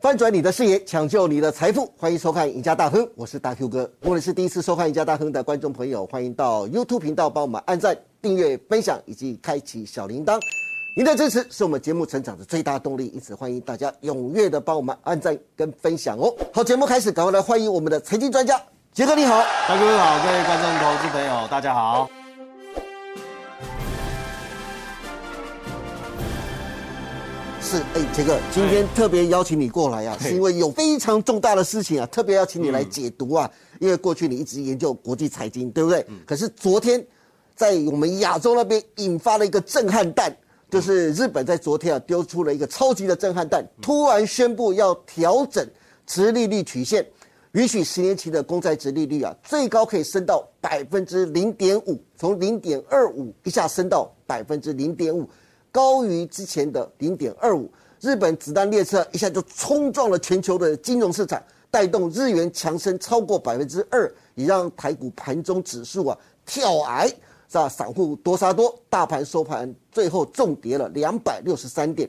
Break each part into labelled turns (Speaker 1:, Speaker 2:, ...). Speaker 1: 翻转你的视野，抢救你的财富，欢迎收看《赢家大亨》，我是大 Q 哥。如果你是第一次收看《赢家大亨》的观众朋友，欢迎到 YouTube 频道帮我们按赞、订阅、分享以及开启小铃铛。您的支持是我们节目成长的最大动力，因此欢迎大家踊跃的帮我们按赞跟分享哦。好，节目开始，赶快来欢迎我们的财经专家杰哥，你好。
Speaker 2: 大哥好，各位观众、投资朋友，大家好。
Speaker 1: 是，哎，杰哥，今天特别邀请你过来啊，
Speaker 2: 嘿
Speaker 1: 是因为有非常重大的事情啊，特别要请你来解读啊。因为过去你一直研究国际财经，对不对？可是昨天在我们亚洲那边引发了一个震撼弹，就是日本在昨天啊丢出了一个超级的震撼弹，突然宣布要调整直利率曲线，允许十年期的公债值利率啊最高可以升到百分之零点五，从零点二五一下升到百分之零点五。高于之前的零点二五。日本子弹列车一下就冲撞了全球的金融市场，带动日元强升超过百分之二，也让台股盘中指数啊跳矮，是吧？散户多杀多，大盘收盘最后重跌了两百六十三点。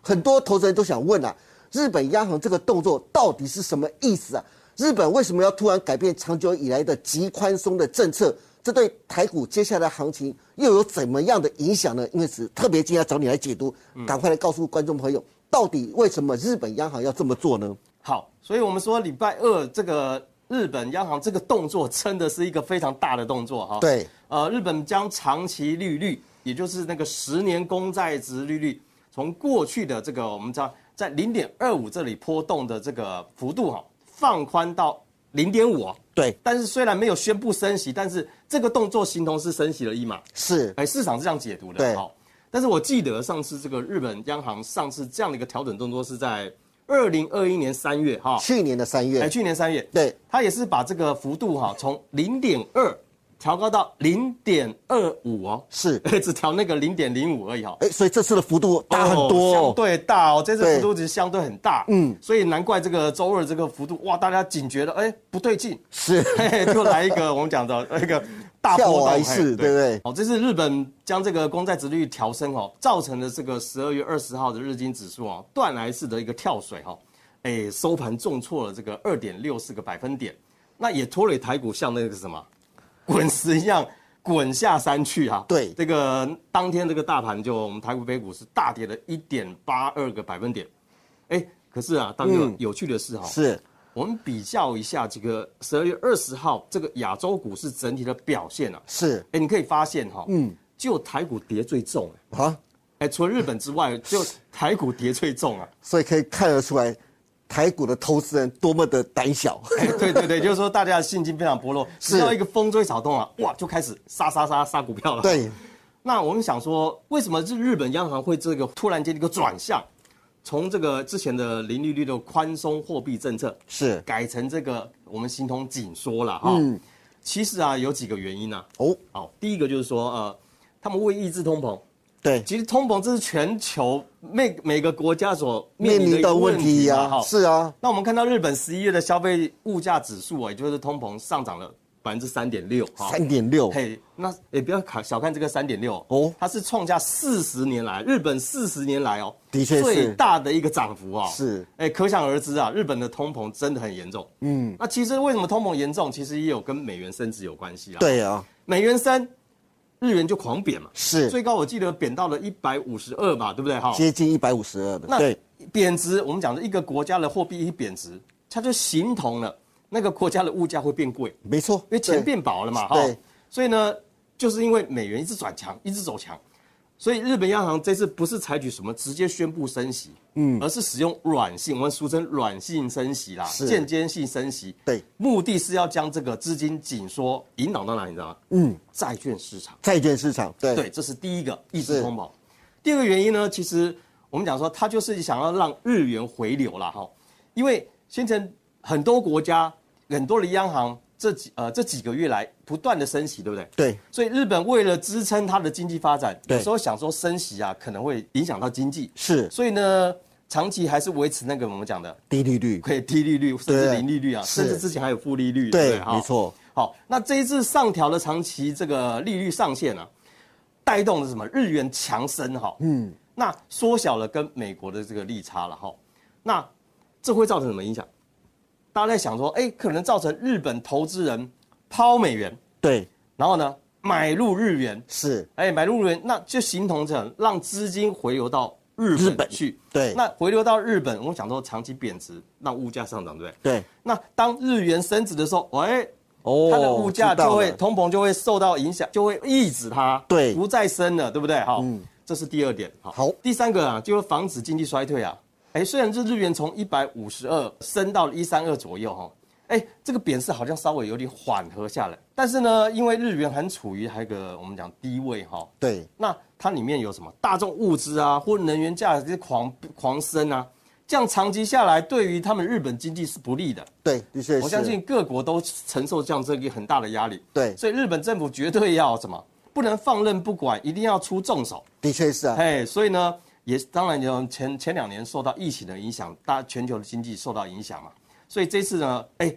Speaker 1: 很多投资人都想问啊，日本央行这个动作到底是什么意思啊？日本为什么要突然改变长久以来的极宽松的政策？这对台股接下来行情又有怎么样的影响呢？因为是特别今天要找你来解读，
Speaker 2: 嗯
Speaker 1: 赶快来告诉观众朋友，到底为什么日本央行要这么做呢？
Speaker 2: 好，所以我们说礼拜二这个日本央行这个动作真的是一个非常大的动作哈。
Speaker 1: 对，
Speaker 2: 呃，日本将长期利率，也就是那个十年公债值利率，从过去的这个我们知道在零点二五这里波动的这个幅度哈，放宽到零点五哦。
Speaker 1: 对，
Speaker 2: 但是虽然没有宣布升息，但是这个动作形同是升息了一码。
Speaker 1: 是，
Speaker 2: 哎，市场是这样解读的。
Speaker 1: 对
Speaker 2: 好，但是我记得上次这个日本央行上次这样的一个调整动作是在二零二一年三月哈，
Speaker 1: 去年的三
Speaker 2: 哎，
Speaker 1: 月，
Speaker 2: 去年三月，
Speaker 1: 对，
Speaker 2: 它也是把这个幅度哈从零点二调高到零点二五哦，
Speaker 1: 是，
Speaker 2: 哎只调那个零点零五而已哈。
Speaker 1: 哎，所以这次的幅度大很
Speaker 2: 哦
Speaker 1: 多
Speaker 2: 相
Speaker 1: 哦，
Speaker 2: 对大哦，这次
Speaker 1: 对
Speaker 2: 幅度其实相对很大，嗯，所以难怪这个周二这个幅度，哇，大家警觉了，哎，不对劲，
Speaker 1: 是，
Speaker 2: 嘿 嘿，就来一个我们讲的那个大波
Speaker 1: 跳
Speaker 2: 动，
Speaker 1: 来
Speaker 2: 嘿
Speaker 1: 式对不对
Speaker 2: 哦，这是日本将这个公债殖率调升哦，造成的这个十二月二十号的日经指数哦，断崖式的一个跳水哈、哦，哎，收盘重挫了这个二点六四个百分点，那也拖累台股像那个什么滚石一样。滚下山去啊！
Speaker 1: 对
Speaker 2: 这个当天这个大盘就我们台股北股是大跌了一点八二个百分点，哎，可是啊，当然有趣的是哈、哦，
Speaker 1: 嗯是，
Speaker 2: 我们比较一下这个十二月二十号这个亚洲股市整体的表现啊，
Speaker 1: 是，
Speaker 2: 哎，你可以发现哈、嗯，就台股跌最重、哎
Speaker 1: 啊，
Speaker 2: 哎，除了日本之 外，就台股跌最重啊。
Speaker 1: 所以可以看得出来，台股的投资人多么的胆小，
Speaker 2: 哎，对对对，就是说大家的信心非常薄弱，
Speaker 1: 是
Speaker 2: 只要一个风吹草动啊，哇，就开始杀杀杀杀股票 了。，
Speaker 1: 对，
Speaker 2: 那我们想说，为什么日日本央行会这个突然间一个转向，从这个之前的零利率的宽松货币政策，
Speaker 1: 是，嗯
Speaker 2: 改成这个我们形同紧缩了哈。其实啊，有几个原因啊。
Speaker 1: 哦，
Speaker 2: 好，第一个就是说，呃，他们为抑制通膨，
Speaker 1: 对，
Speaker 2: 其实通膨这是全球每每个国家所面
Speaker 1: 面
Speaker 2: 临的
Speaker 1: 临
Speaker 2: 一个
Speaker 1: 的问题
Speaker 2: 嘛
Speaker 1: 呀、
Speaker 2: 哈、
Speaker 1: 是啊，
Speaker 2: 那我们看到日本十一月的消费物价指数啊，也就是通膨上涨了百分之三点六，哈
Speaker 1: 三点六，
Speaker 2: 嘿，那也不要看小看这个三点六
Speaker 1: 哦
Speaker 2: 哦，它是创下四十年来日本四十年来哦，
Speaker 1: 的确是
Speaker 2: 最大的一个涨幅哦。
Speaker 1: 是，
Speaker 2: 哎，可想而知啊，日本的通膨真的很严重。嗯，那其实为什么通膨严重，其实也有跟美元升值有关系啊。，
Speaker 1: 对啊，
Speaker 2: 美元升，日元就狂贬嘛，
Speaker 1: 是
Speaker 2: 最高我记得贬到了一百五十二吧，对不对哈？
Speaker 1: 接近一百五十二的，
Speaker 2: 那
Speaker 1: 对，
Speaker 2: 贬值，我们讲的一个国家的货币一贬值，它就形同了那个国家的物价会变贵。
Speaker 1: 没错，
Speaker 2: 因为钱
Speaker 1: 对
Speaker 2: 变薄了嘛，
Speaker 1: 对
Speaker 2: 哈，所以呢，就是因为美元一直转强，一直走强，所以日本央行这次不是采取什么直接宣布升息，嗯，而是使用软性，我们俗称软性升息啦，
Speaker 1: 是
Speaker 2: 间接性升息，
Speaker 1: 对，
Speaker 2: 目的是要将这个资金紧缩引导到哪里，你知道吗？嗯，债券市场，
Speaker 1: 债券市场，对
Speaker 2: 对，这是第一个抑
Speaker 1: 哎是
Speaker 2: 制通膨。第二个原因呢，其实我们讲说，它就是想要让日元回流啦，哈，因为先前很多国家、很多的央行这几呃这几个月来不断的升息，对不对？
Speaker 1: 对
Speaker 2: 所以日本为了支撑它的经济发展，
Speaker 1: 对
Speaker 2: 有时候想说升息啊，可能会影响到经济，
Speaker 1: 是
Speaker 2: 所以呢，长期还是维持那个我们讲的
Speaker 1: 低利率，
Speaker 2: 可以低利率，甚至
Speaker 1: 对
Speaker 2: 零利率啊，
Speaker 1: 是
Speaker 2: 甚至之前还有负利率，不
Speaker 1: 对，
Speaker 2: 哈
Speaker 1: 没错，
Speaker 2: 好，那这一次上调了长期这个利率上限啊，带动了什么日元强升哈，嗯，那缩小了跟美国的这个利差了哈，那这会造成什么影响？大家在想说，哎，可能造成日本投资人抛美元，
Speaker 1: 对，
Speaker 2: 然后呢买入日元，
Speaker 1: 是，
Speaker 2: 哎，买入日元，那就形同这样，让资金回流到日
Speaker 1: 日
Speaker 2: 本
Speaker 1: 本
Speaker 2: 去。
Speaker 1: 对
Speaker 2: 那回流到日本，我们讲说长期贬值，让物价上涨，对不对？
Speaker 1: 对，
Speaker 2: 那当日元升值的时候，哎，
Speaker 1: 哦
Speaker 2: 它的物价
Speaker 1: 知道
Speaker 2: 就会
Speaker 1: 了
Speaker 2: 通膨就会受到影响，就会抑制它，
Speaker 1: 对嗯
Speaker 2: 不再升了，对不对？好，这是第二点。好
Speaker 1: 好
Speaker 2: 第三个啊，就是防止经济衰退啊。哎，虽然是日元从一百五十二升到一三二左右哈、哎，这个贬势好像稍微有点缓和下来，但是呢，因为日元还处于还有一个我们讲低位哈、
Speaker 1: 对，
Speaker 2: 那它里面有什么大众物资啊，或能源价格狂狂升啊，这样长期下来，对于他们日本经济是不利的。
Speaker 1: 对，的确是，
Speaker 2: 我相信各国都承受这样这个很大的压力。
Speaker 1: 对
Speaker 2: 所以日本政府绝对要什么，不能放任不管，一定要出重手。
Speaker 1: 的确是啊，
Speaker 2: 哎，所以呢，也当然有前前两年受到疫情的影响，大全球的经济受到影响嘛，所以这次呢，哎，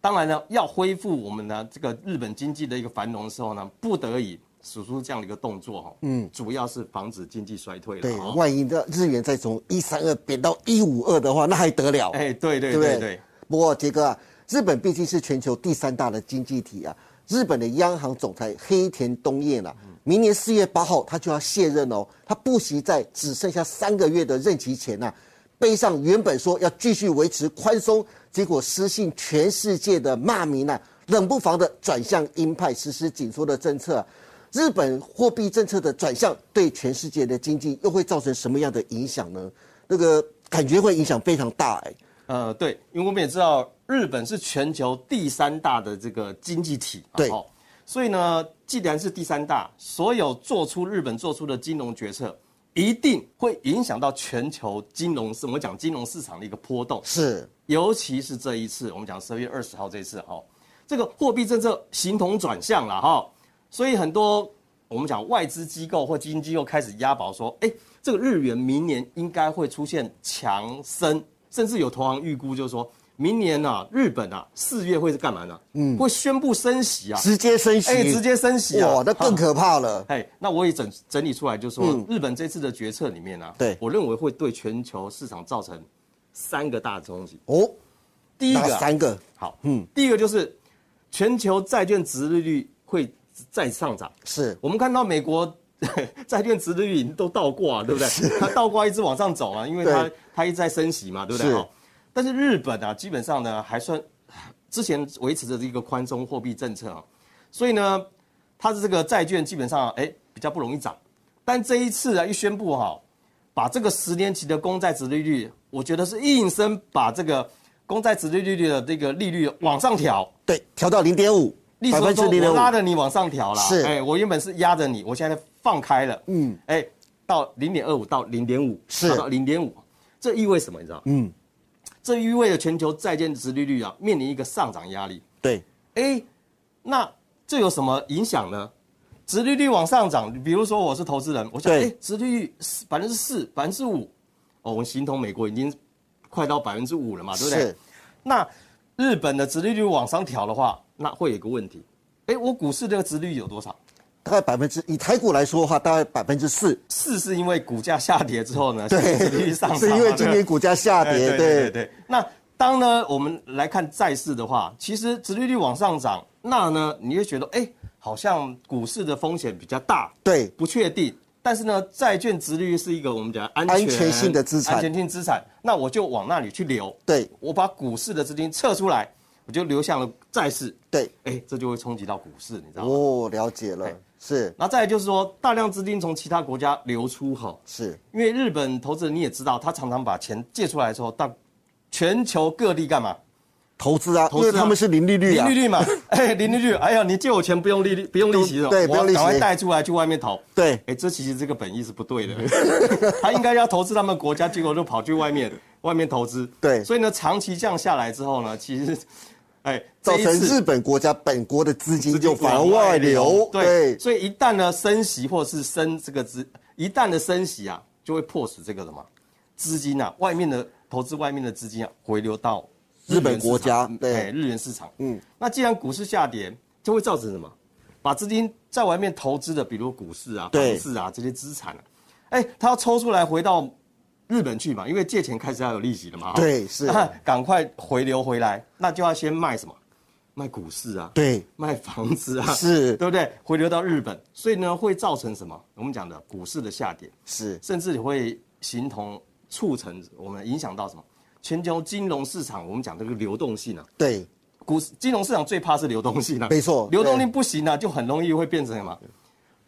Speaker 2: 当然呢，要恢复我们的这个日本经济的一个繁荣的时候呢，不得已使出这样的一个动作哈、嗯，主要是防止经济衰退了、
Speaker 1: 对，
Speaker 2: 哦。
Speaker 1: 万一的日元再从一三二贬到一五二的话，那还得了？
Speaker 2: 哎，对对
Speaker 1: 对不
Speaker 2: 对
Speaker 1: 对？
Speaker 2: 对，
Speaker 1: 不过杰哥啊，日本毕竟是全球第三大的经济体啊。日本的央行总裁黑田东彦啊，
Speaker 2: 嗯
Speaker 1: 明年四月八号他就要卸任哦。他不惜在只剩下三个月的任期前呐、啊，背上原本说要继续维持宽松，结果失信全世界的骂名啊，冷不防的转向鹰派，实施紧缩的政策啊、日本货币政策的转向对全世界的经济又会造成什么样的影响呢？那个感觉会影响非常大哎、
Speaker 2: 呃，对，因为我们也知道日本是全球第三大的这个经济体，
Speaker 1: 对
Speaker 2: 哦所以呢，既然是第三大，所有做出日本做出的金融决策，一定会影响到全球金融市，我们讲金融市场的一个波动，
Speaker 1: 是。
Speaker 2: 尤其是这一次，我们讲十二月二十号这一次哦，这个货币政策形同转向了哈、所以很多我们讲外资机构或基金机构开始押宝说，哎，这个日元明年应该会出现强升，甚至有投行预估就是说明年啊，日本啊四月会是干嘛呢？嗯，会宣布升息啊，
Speaker 1: 直接升息，
Speaker 2: 哎，直接升息啊，
Speaker 1: 哇，那更
Speaker 2: 啊
Speaker 1: 可怕了。
Speaker 2: 哎，那我也整整理出来，就是说、日本这次的决策里面呢、啊，
Speaker 1: 对
Speaker 2: 我认为会对全球市场造成三个大的冲击。
Speaker 1: 哦，
Speaker 2: 第一
Speaker 1: 哪
Speaker 2: 个啊、
Speaker 1: 三个
Speaker 2: 好，嗯，第一个就是全球债券值利率会再上涨。
Speaker 1: 是
Speaker 2: 我们看到美国 债券值利率已经都倒挂了，对不对？它倒挂一直往上走啊嘛，因为它
Speaker 1: 对
Speaker 2: 它一直在升息嘛，对不对？
Speaker 1: 是
Speaker 2: 哦但是日本啊，基本上呢还算 之前维持着一个宽松货币政策啊，所以呢，它的这个债券基本上哎比较不容易涨，但这一次啊一宣布哈、把这个十年期的公债值利率，我觉得是硬生把这个公债值利率的这个利率往上调。
Speaker 1: 对，调到零点五，
Speaker 2: 例
Speaker 1: 百
Speaker 2: 如
Speaker 1: 分之
Speaker 2: 说，
Speaker 1: 零点
Speaker 2: 我拉
Speaker 1: 五，
Speaker 2: 着你往上调啦，
Speaker 1: 是
Speaker 2: 哎，我原本是压着你，我现在放开了，嗯，哎，到零点二五到零点五，
Speaker 1: 是
Speaker 2: 到零点五，这意味什么？你知道？嗯，这意味着全球债券值利率啊面临一个上涨压力，
Speaker 1: 对，
Speaker 2: 哎，那这有什么影响呢？殖利率往上涨，比如说我是投资人，我想，
Speaker 1: 对
Speaker 2: 哎，殖利率百分之四、百分之五，哦，我们形同美国已经快到百分之五了嘛，对不对
Speaker 1: 是？，
Speaker 2: 那日本的殖利率往上调的话，那会有一个问题，哎，我股市这个殖利率有多少？
Speaker 1: 大概百分之以台股来说的话，大概百分之四，
Speaker 2: 四是因为股价下跌之后呢，殖利率
Speaker 1: 对
Speaker 2: 上，涨
Speaker 1: 是
Speaker 2: 嘛，
Speaker 1: 因为
Speaker 2: 对
Speaker 1: 今年股价下
Speaker 2: 哎
Speaker 1: 跌，
Speaker 2: 对对
Speaker 1: 对，
Speaker 2: 对。那当呢，我们来看债市的话，其实殖利率往上涨，那呢，你会觉得哎，好像股市的风险比较大，
Speaker 1: 对，
Speaker 2: 不确定。但是呢，债券殖利率是一个我们讲安全
Speaker 1: 安全性的资产
Speaker 2: 安全性资产，那我就往那里去流。
Speaker 1: 对，
Speaker 2: 我把股市的资金撤出来，我就流向了债市。
Speaker 1: 对，
Speaker 2: 哎，这就会冲击到股市，你知道吗？
Speaker 1: 哦，了解了
Speaker 2: 哎，
Speaker 1: 是
Speaker 2: 那再来就是说，大量资金从其他国家流出哈，
Speaker 1: 是，
Speaker 2: 因为日本投资人你也知道，他常常把钱借出来的时候，到全球各地干嘛？
Speaker 1: 投资啊，
Speaker 2: 投
Speaker 1: 因
Speaker 2: 资啊
Speaker 1: 为他们是零利率
Speaker 2: 零
Speaker 1: 啊
Speaker 2: 利，率嘛，哎，零利率，哎呀，你借我钱不用利率，不用利息的，
Speaker 1: 对不
Speaker 2: 我
Speaker 1: 用利息
Speaker 2: 赶快带出来去外面投。
Speaker 1: 对，
Speaker 2: 哎，这其实这个本意是不对的， 他应该要投资他们国家，结果就跑去外面外面投资。
Speaker 1: 对
Speaker 2: 所以呢，长期这样下来之后呢，其实，哎，
Speaker 1: 造成
Speaker 2: 这一次
Speaker 1: 日本国家本国的资金
Speaker 2: 资
Speaker 1: 就
Speaker 2: 金
Speaker 1: 反而外流，
Speaker 2: 对，
Speaker 1: 对，
Speaker 2: 所以一旦呢升息或是升这个资，一旦的升息啊，就会迫使这个什么资金啊，外面的投资外面的资金啊回流到
Speaker 1: 日本国家
Speaker 2: 日元市场
Speaker 1: 对
Speaker 2: 哎日元市场。嗯，那既然股市下跌，就会造成什么？把资金在外面投资的，比如股市啊、
Speaker 1: 对
Speaker 2: 房市啊这些资产啊，哎，它要抽出来回到日本去嘛，因为借钱开始要有利息了嘛。
Speaker 1: 对是
Speaker 2: 那 赶快回流回来，那就要先卖什么？卖股市啊，
Speaker 1: 对，
Speaker 2: 卖房子啊，
Speaker 1: 是
Speaker 2: 对不对？回流到日本，所以呢，会造成什么？我们讲的股市的下跌，
Speaker 1: 是
Speaker 2: 甚至会形同促成我们影响到什么？全球金融市场，我们讲这个流动性啊，
Speaker 1: 对，
Speaker 2: 股市金融市场最怕是流动性啊，
Speaker 1: 没错
Speaker 2: 流动性不行啊，就很容易会变成什么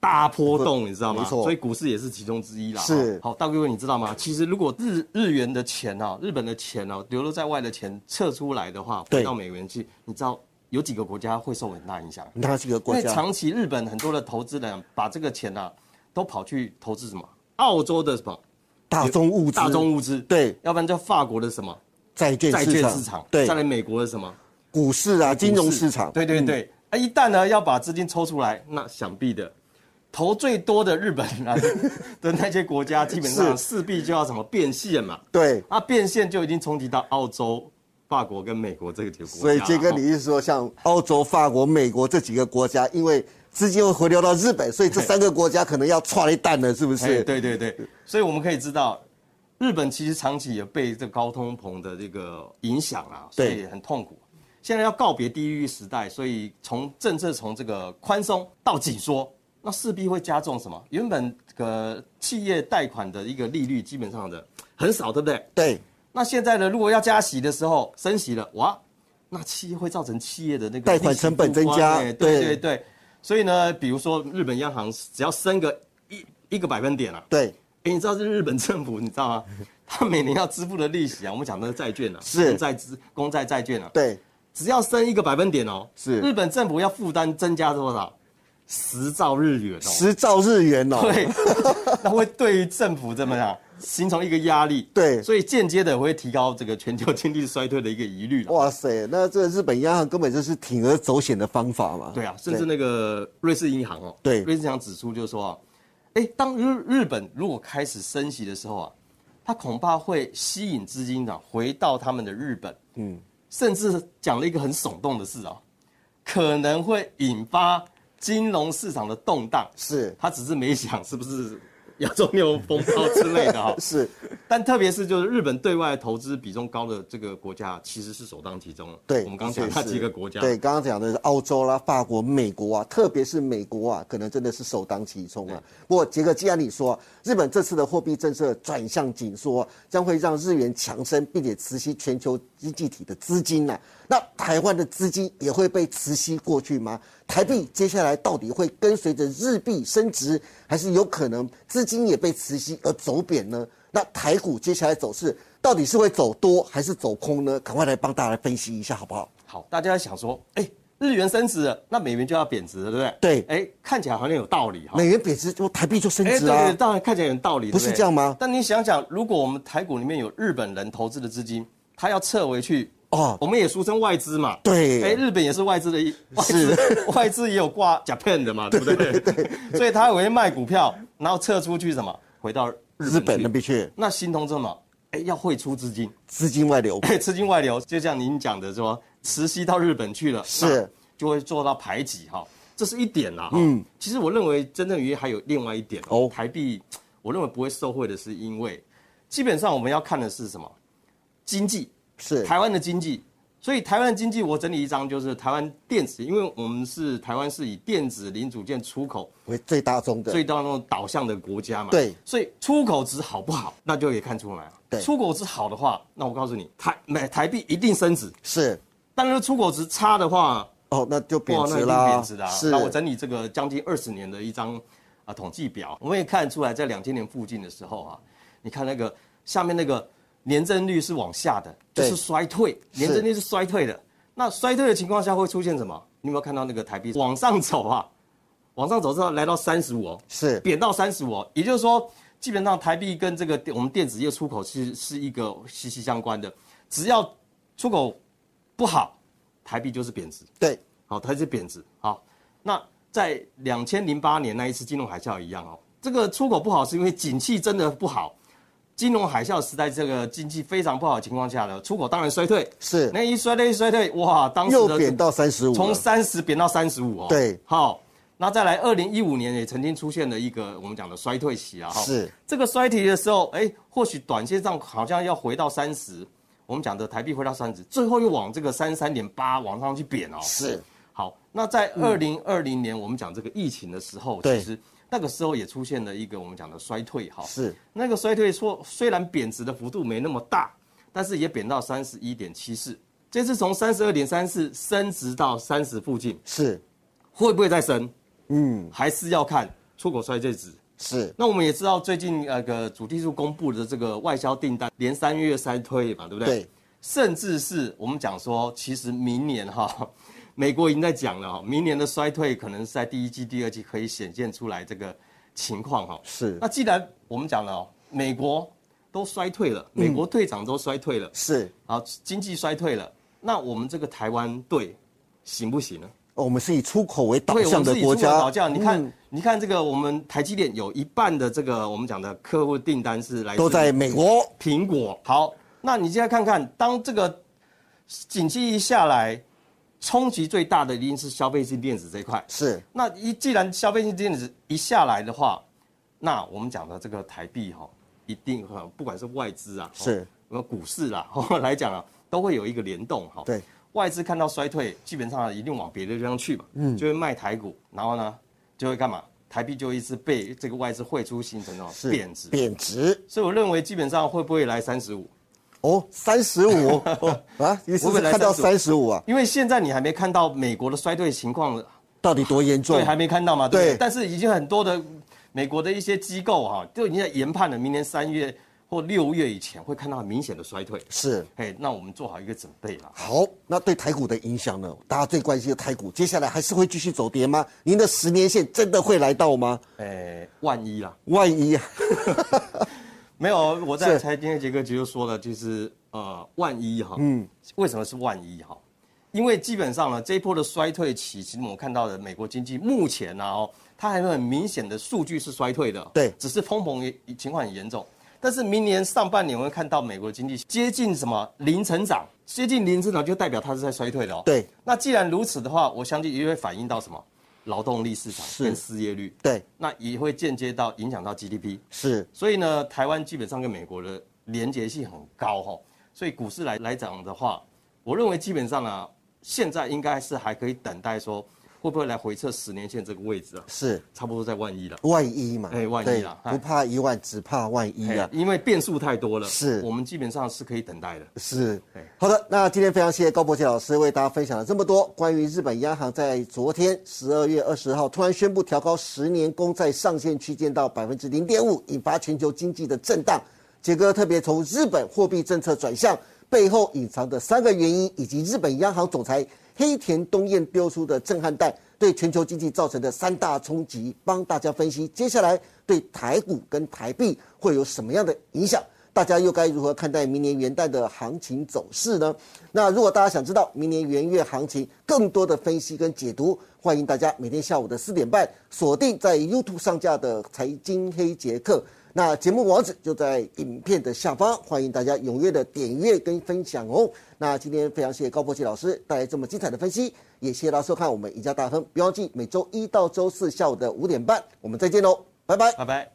Speaker 2: 大波动，你知道吗？
Speaker 1: 没错
Speaker 2: 所以股市也是其中之一啦。
Speaker 1: 是
Speaker 2: 好，大哥，你知道吗？其实如果日日元的钱啊，日本的钱啊，流落在外的钱撤出来的话，
Speaker 1: 对
Speaker 2: 回到美元去，你知道有几个国家会受很大影响？
Speaker 1: 那是一个
Speaker 2: 因
Speaker 1: 国
Speaker 2: 为
Speaker 1: 家，
Speaker 2: 长期日本很多的投资人把这个钱啊，都跑去投资什么澳洲的什么
Speaker 1: 大宗物资，
Speaker 2: 大宗物资，
Speaker 1: 对
Speaker 2: 要不然叫法国的什么
Speaker 1: 债券
Speaker 2: 债
Speaker 1: 市
Speaker 2: 券
Speaker 1: 场，
Speaker 2: 市场，
Speaker 1: 对
Speaker 2: 再，来美国的什么。
Speaker 1: 股市啊，金融市场，嗯
Speaker 2: 对对对，啊，一旦呢要把资金抽出来，那想必的投最多的日本啊 的那些国家，基本上势必就要什么变现嘛。
Speaker 1: 对，
Speaker 2: 啊，变现就已经冲击到澳洲、法国跟美国这个几个国家
Speaker 1: 所
Speaker 2: 了。
Speaker 1: 以杰哥，你是说像欧洲、法国、美国这几个国家，因为资金会回流到日本，所以这三个国家可能要踹一蛋了，是不
Speaker 2: 哎
Speaker 1: 是？
Speaker 2: 对对对，所以我们可以知道，日本其实长期也被这高通膨的这个影响啊，所
Speaker 1: 对
Speaker 2: 以很痛苦。现在要告别低利率时代，所以从政策从这个宽松到紧缩，那势必会加重什么？原本呃企业贷款的一个利率基本上的很少，对不对？
Speaker 1: 对，
Speaker 2: 那现在呢，如果要加息的时候升息了，哇，那企业会造成企业的那个
Speaker 1: 贷款
Speaker 2: 利息
Speaker 1: 成本增加
Speaker 2: 负担哎对
Speaker 1: 对
Speaker 2: 对对。所以呢，比如说日本央行只要升个一一个百分点啊，
Speaker 1: 对，
Speaker 2: 哎，你知道是日本政府，你知道吗？他每年要支付的利息啊，我们讲的债券啊，
Speaker 1: 是
Speaker 2: 公债资公债债券啊，
Speaker 1: 对，
Speaker 2: 只要升一个百分点哦，
Speaker 1: 是
Speaker 2: 日本政府要负担增加多少？十兆日元哦，
Speaker 1: 十兆日元哦，
Speaker 2: 对， 那会对于政府怎么样形成一个压力？
Speaker 1: 对
Speaker 2: 所以间接的会提高这个全球经济衰退的一个疑虑啦。
Speaker 1: 哇塞，那这日本央行根本就是铤而走险的方法嘛。
Speaker 2: 对啊，甚至那个瑞士银行哦，
Speaker 1: 哦对
Speaker 2: 瑞士银行指出就是说啊，哎，当日日本如果开始升息的时候啊，它恐怕会吸引资金啊回到他们的日本，嗯，甚至讲了一个很耸动的事啊，可能会引发金融市场的动荡。
Speaker 1: 是
Speaker 2: 他只是没想是不是亚洲金融风暴之类的哈、
Speaker 1: 是，
Speaker 2: 但特别是就是日本对外投资比重高的这个国家，其实是首当其冲了。
Speaker 1: 对，
Speaker 2: 我们刚讲
Speaker 1: 是
Speaker 2: 那几个国家，
Speaker 1: 对，刚刚讲的是澳洲啦、法国、美国啊，特别是美国啊，可能真的是首当其冲啊。不过杰哥，既然你说日本这次的货币政策转向紧缩，将会让日元强升，并且磁吸全球经济体的资金呐、那台湾的资金也会被磁吸过去吗？台币接下来到底会跟随着日币升值，还是有可能资金也被磁吸而走贬呢？那台股接下来走势到底是会走多还是走空呢？赶快来帮大家来分析一下好不好？
Speaker 2: 好，大家想说，哎，日元升值了，那美元就要贬值了，对不对？
Speaker 1: 对
Speaker 2: 哎，看起来好像有道理哈。
Speaker 1: 美元贬值就台币就升
Speaker 2: 哦哎，
Speaker 1: 值
Speaker 2: 对
Speaker 1: 啊，
Speaker 2: 对，当然看起来有道理，
Speaker 1: 不是
Speaker 2: 对对
Speaker 1: 这样吗
Speaker 2: 但你想想，如果我们台股里面有日本人投资的资金，他要撤回去，
Speaker 1: 哦
Speaker 2: 我们也俗称外资嘛，
Speaker 1: 对
Speaker 2: 哎、日本也是外资的一，外资 外资也有挂 Japan 的 嘛，对不对？所以他也会卖股票，然后撤出去什么，回到日
Speaker 1: 日
Speaker 2: 本
Speaker 1: 本
Speaker 2: 去
Speaker 1: 那边去
Speaker 2: 那形同什么？哎、要汇出资金，
Speaker 1: 资金外流，
Speaker 2: 对，资金外流，就像您讲的说，慈禧到日本去了，
Speaker 1: 是
Speaker 2: 那就会做到排挤哈，这是一点啦。嗯，其实我认为真正原因还有另外一点
Speaker 1: 哦
Speaker 2: 哦，台币我认为不会受惠的是因为，基本上我们要看的是什么？经济，
Speaker 1: 是
Speaker 2: 台湾的经济。所以台湾的经济，我整理一张，就是台湾电子，因为我们是台湾是以电子零组件出口
Speaker 1: 为最大宗的
Speaker 2: 最到那种导向的国家嘛。
Speaker 1: 对
Speaker 2: 所以出口值好不好，那就可以看出来啊。
Speaker 1: 对
Speaker 2: 出口值好的话，那我告诉你，台美台币一定升值。
Speaker 1: 是
Speaker 2: 但是出口值差的话，
Speaker 1: 哦，那就贬
Speaker 2: 哇，那一
Speaker 1: 值
Speaker 2: 定
Speaker 1: 啦，
Speaker 2: 贬值啦。
Speaker 1: 是
Speaker 2: 那我整理这个将近二十年的一张啊、统计表，我们也看出来，在两千年附近的时候啊，你看那个下面那个年增率是往下的，就
Speaker 1: 对
Speaker 2: 是衰退，年增率是衰退的。那衰退的情况下会出现什么？你有没有看到那个台币往上走啊？往上走之后来到三十五哦，
Speaker 1: 是
Speaker 2: 贬到三十五，也就是说，基本上台币跟这个我们电子业出口是是一个息息相关的。只要出口不好，台币就是贬值，
Speaker 1: 对
Speaker 2: 好，台币是贬值。好，那在两千零八年那一次金融海啸一样哦，这个出口不好是因为景气真的不好，金融海啸时代这个经济非常不好的情况下呢，出口当然衰退，
Speaker 1: 是
Speaker 2: 那一衰退一衰退，哇，当时
Speaker 1: 又
Speaker 2: 的
Speaker 1: 贬到三十五，
Speaker 2: 从三十贬到三十五哦。
Speaker 1: 对
Speaker 2: 好，那再来，二零一五年也曾经出现了一个我们讲的衰退期啊，哈，
Speaker 1: 是
Speaker 2: 这个衰退的时候，哎，或许短线上好像要回到三十，我们讲的台币回到三十，最后又往这个三三点八往上去贬哦，
Speaker 1: 是
Speaker 2: 好，那在二零二零年我们讲这个疫情的时候，
Speaker 1: 嗯对
Speaker 2: 其实那个时候也出现了一个我们讲的衰退哈。
Speaker 1: 是，
Speaker 2: 那个衰退说虽然贬值的幅度没那么大，但是也贬到三十一点七四，这次从三十二点三四升值到三十附近，
Speaker 1: 是
Speaker 2: 会不会再升？嗯，还是要看出口衰退值。
Speaker 1: 是
Speaker 2: 那我们也知道，最近那个主计处公布的这个外销订单连三月三推嘛，对不对？
Speaker 1: 对。
Speaker 2: 甚至是我们讲说，其实明年哈，美国已经在讲了哈，明年的衰退可能是在第一季、第二季可以显现出来这个情况哈。
Speaker 1: 是
Speaker 2: 那既然我们讲了哦，美国都衰退了，
Speaker 1: 嗯
Speaker 2: 美国队长都衰退了，
Speaker 1: 是，
Speaker 2: 啊，经济衰退了，那我们这个台湾队行不行呢？
Speaker 1: 哦我们是以出口为导
Speaker 2: 对，哦我
Speaker 1: 向
Speaker 2: 们
Speaker 1: 的
Speaker 2: 自己
Speaker 1: 国
Speaker 2: 出口
Speaker 1: 家，嗯
Speaker 2: 导向，你看，你看这个，我们台积电有一半的这个我们讲的客户订单是来自
Speaker 1: 都在美国，
Speaker 2: 苹果。好，那你现在看看，当这个景气一下来，冲击最大的一定是消费性电子这一块。
Speaker 1: 是
Speaker 2: 那一既然消费性电子一下来的话，那我们讲的这个台币哈、一定哈，不管是外资啊，哦
Speaker 1: 是，
Speaker 2: 那么股市啊， 哦来讲啊，都会有一个联动哈。
Speaker 1: 对，
Speaker 2: 外资看到衰退，基本上一定往别的地方去嘛，嗯，就会卖台股，然后呢，就会干嘛？台币就一直被这个外资汇出，形成那
Speaker 1: 是
Speaker 2: 种贬值。
Speaker 1: 贬值
Speaker 2: 所以我认为基本上会不会来三十五？
Speaker 1: 哦，三十五 啊，你是不
Speaker 2: 我本
Speaker 1: 是
Speaker 2: 来
Speaker 1: 看到
Speaker 2: 35
Speaker 1: 三十五啊？
Speaker 2: 因为现在你还没看到美国的衰退情况，
Speaker 1: 到底多严重
Speaker 2: 对，？还没看到嘛，对不对
Speaker 1: 对
Speaker 2: 但是已经很多的美国的一些机构哈、就已经在研判了明年三月或六月以前会看到很明显的衰退。
Speaker 1: 是
Speaker 2: 嘿，那我们做好一个准备啦。
Speaker 1: 好，那对台股的影响呢？大家最关心的台股，接下来还是会继续走跌吗？您的十年线真的会来到吗？
Speaker 2: 诶，万一啦，
Speaker 1: 万一啊，
Speaker 2: 没有，我在
Speaker 1: 是
Speaker 2: 财经杰哥局就说了，就是呃，万一哈，嗯，为什么是万一哈？因为基本上呢，这一波的衰退期，其实我们看到的美国经济目前呢、啊、哦，它还没有很明显的数据是衰退的，
Speaker 1: 对
Speaker 2: 只是通膨也情况很严重。但是明年上半年我会看到美国经济接近什么零成长，接近零成长就代表它是在衰退的哦。
Speaker 1: 对，
Speaker 2: 那既然如此的话，我相信也会反映到什么劳动力市场跟失业率，
Speaker 1: 对，
Speaker 2: 那也会间接到影响到 GDP。
Speaker 1: 是
Speaker 2: 所以呢，台湾基本上跟美国的连结性很高哈、所以股市来来讲的话，我认为基本上啊，现在应该是还可以等待说会不会来回测十年线这个位置啊，
Speaker 1: 是，
Speaker 2: 差不多在万一了。
Speaker 1: 万一嘛，
Speaker 2: 哎万一
Speaker 1: 对
Speaker 2: 啦哎
Speaker 1: 不怕一万，只怕万一啊。
Speaker 2: 因为变数太多了，
Speaker 1: 是
Speaker 2: 我们基本上是可以等待的。
Speaker 1: 是
Speaker 2: 对，
Speaker 1: 好的，那今天非常谢谢高博杰老师为大家分享了这么多关于日本央行在昨天十二月二十号突然宣布调高十年公债上限区间到百分之零点五，引发全球经济的震荡。杰哥特别从日本货币政策转向背后隐藏的三个原因，以及日本央行总裁黑田东彦丢出的震撼弹，对全球经济造成的三大冲击，帮大家分析接下来对台股跟台币会有什么样的影响。大家又该如何看待明年元旦的行情走势呢？那如果大家想知道明年元月行情更多的分析跟解读，欢迎大家每天下午的四点半锁定在 YouTube 上架的《财经黑杰克》。那节目网址就在影片的下方，欢迎大家踊跃的点阅跟分享哦。那今天非常谢谢高博奇老师带来这么精彩的分析，也谢谢大家收看我们赢家大亨，不要忘记每周一到周四下午的五点半，我们再见喽，拜拜。
Speaker 2: 拜拜。